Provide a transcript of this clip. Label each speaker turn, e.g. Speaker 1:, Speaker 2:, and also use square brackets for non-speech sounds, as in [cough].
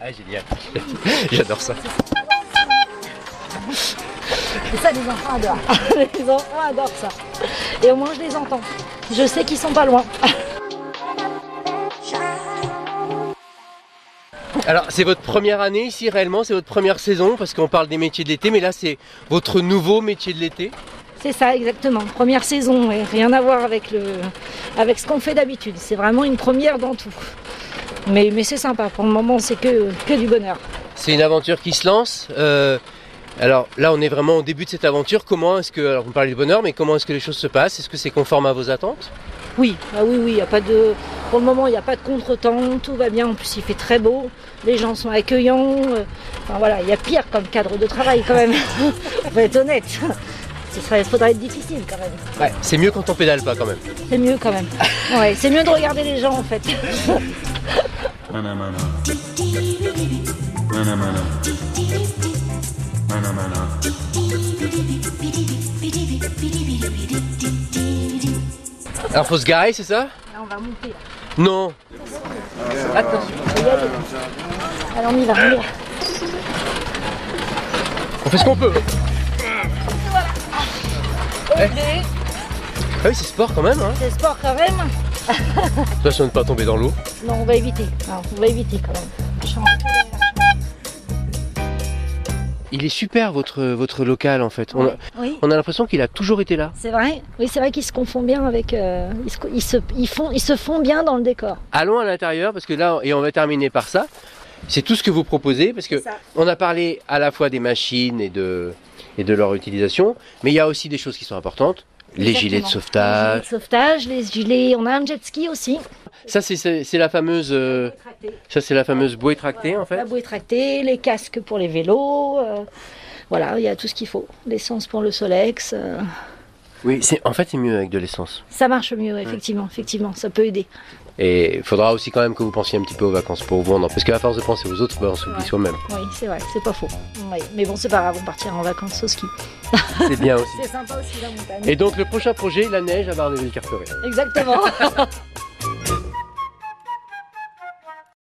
Speaker 1: Ah, génial. [laughs] J'adore ça.
Speaker 2: Et ça, les enfants adorent. [laughs] les enfants adorent ça. Et au moins, je les entends. Je sais qu'ils sont pas loin.
Speaker 1: Alors, c'est votre première année ici réellement, c'est votre première saison parce qu'on parle des métiers de l'été, mais là, c'est votre nouveau métier de l'été.
Speaker 2: C'est ça, exactement. Première saison, et rien à voir avec, le, avec ce qu'on fait d'habitude. C'est vraiment une première dans tout. Mais, mais c'est sympa. Pour le moment, c'est que, que du bonheur.
Speaker 1: C'est une aventure qui se lance. Euh, alors là, on est vraiment au début de cette aventure. Comment est-ce que, alors on parle du bonheur, mais comment est-ce que les choses se passent Est-ce que c'est conforme à vos attentes
Speaker 2: Oui, ah oui, oui. Y a pas de, pour le moment, il n'y a pas de contretemps. Tout va bien. En plus, il fait très beau. Les gens sont accueillants. euh, Enfin voilà, il y a pire comme cadre de travail quand même. [laughs] On va être honnête. Ce serait, faudrait être difficile quand même.
Speaker 1: Ouais, c'est mieux quand on pédale pas quand même.
Speaker 2: C'est mieux quand même. Ouais, c'est mieux de regarder les gens en fait.
Speaker 3: Mana mana. Mana mana. Mana mana.
Speaker 1: Alors, faut se garer, c'est ça
Speaker 2: Là, on va monter. là.
Speaker 1: Non. Attention.
Speaker 2: Allez, on y va, on y va.
Speaker 1: On fait ce qu'on peut.
Speaker 2: Ok,
Speaker 1: Eh. Ah oui, c'est sport quand même. Hein.
Speaker 2: C'est sport quand même.
Speaker 1: Attention de ne pas tomber dans l'eau.
Speaker 2: Non, on va éviter. Non, on va éviter quand même. Je suis en-
Speaker 1: Il est super votre, votre local en fait. On a,
Speaker 2: Oui.
Speaker 1: on a l'impression qu'il a toujours été là.
Speaker 2: C'est vrai Oui, c'est vrai qu'ils se confondent bien avec. euh, ils, se, ils, se, ils font, ils se font bien dans le décor.
Speaker 1: Allons à l'intérieur parce que là, et on va terminer par ça. C'est tout ce que vous proposez parce que on a parlé à la fois des machines et de, et de leur utilisation, mais il y a aussi des choses qui sont importantes. Les gilets de
Speaker 2: Exactement. Les
Speaker 1: sauvetage.
Speaker 2: gilets de sauvetage, les gilets. On a un jet ski aussi.
Speaker 1: Ça, c'est- c'est c'est la fameuse, euh, ça c'est la fameuse bouée tractée en fait.
Speaker 2: La bouée tractée, les casques pour les vélos. euh, voilà, il y a tout ce qu'il faut. L'essence pour le Solex. euh,
Speaker 1: Oui, c'est en fait c'est mieux avec de l'essence.
Speaker 2: ça marche mieux, effectivement. Effectivement, ça peut aider.
Speaker 1: Et il faudra aussi quand même que vous pensiez un petit peu aux vacances pour vous, non parce qu'à force de penser aux autres, ben, on s'oublie
Speaker 2: Ouais.
Speaker 1: soi-même.
Speaker 2: Oui, c'est vrai, c'est pas faux. Oui, Mais bon, c'est pas grave, on partira en vacances au ski.
Speaker 1: C'est bien aussi.
Speaker 2: C'est sympa aussi la montagne.
Speaker 1: Et donc le prochain projet, la neige à Barneville-Carteret.
Speaker 2: Exactement.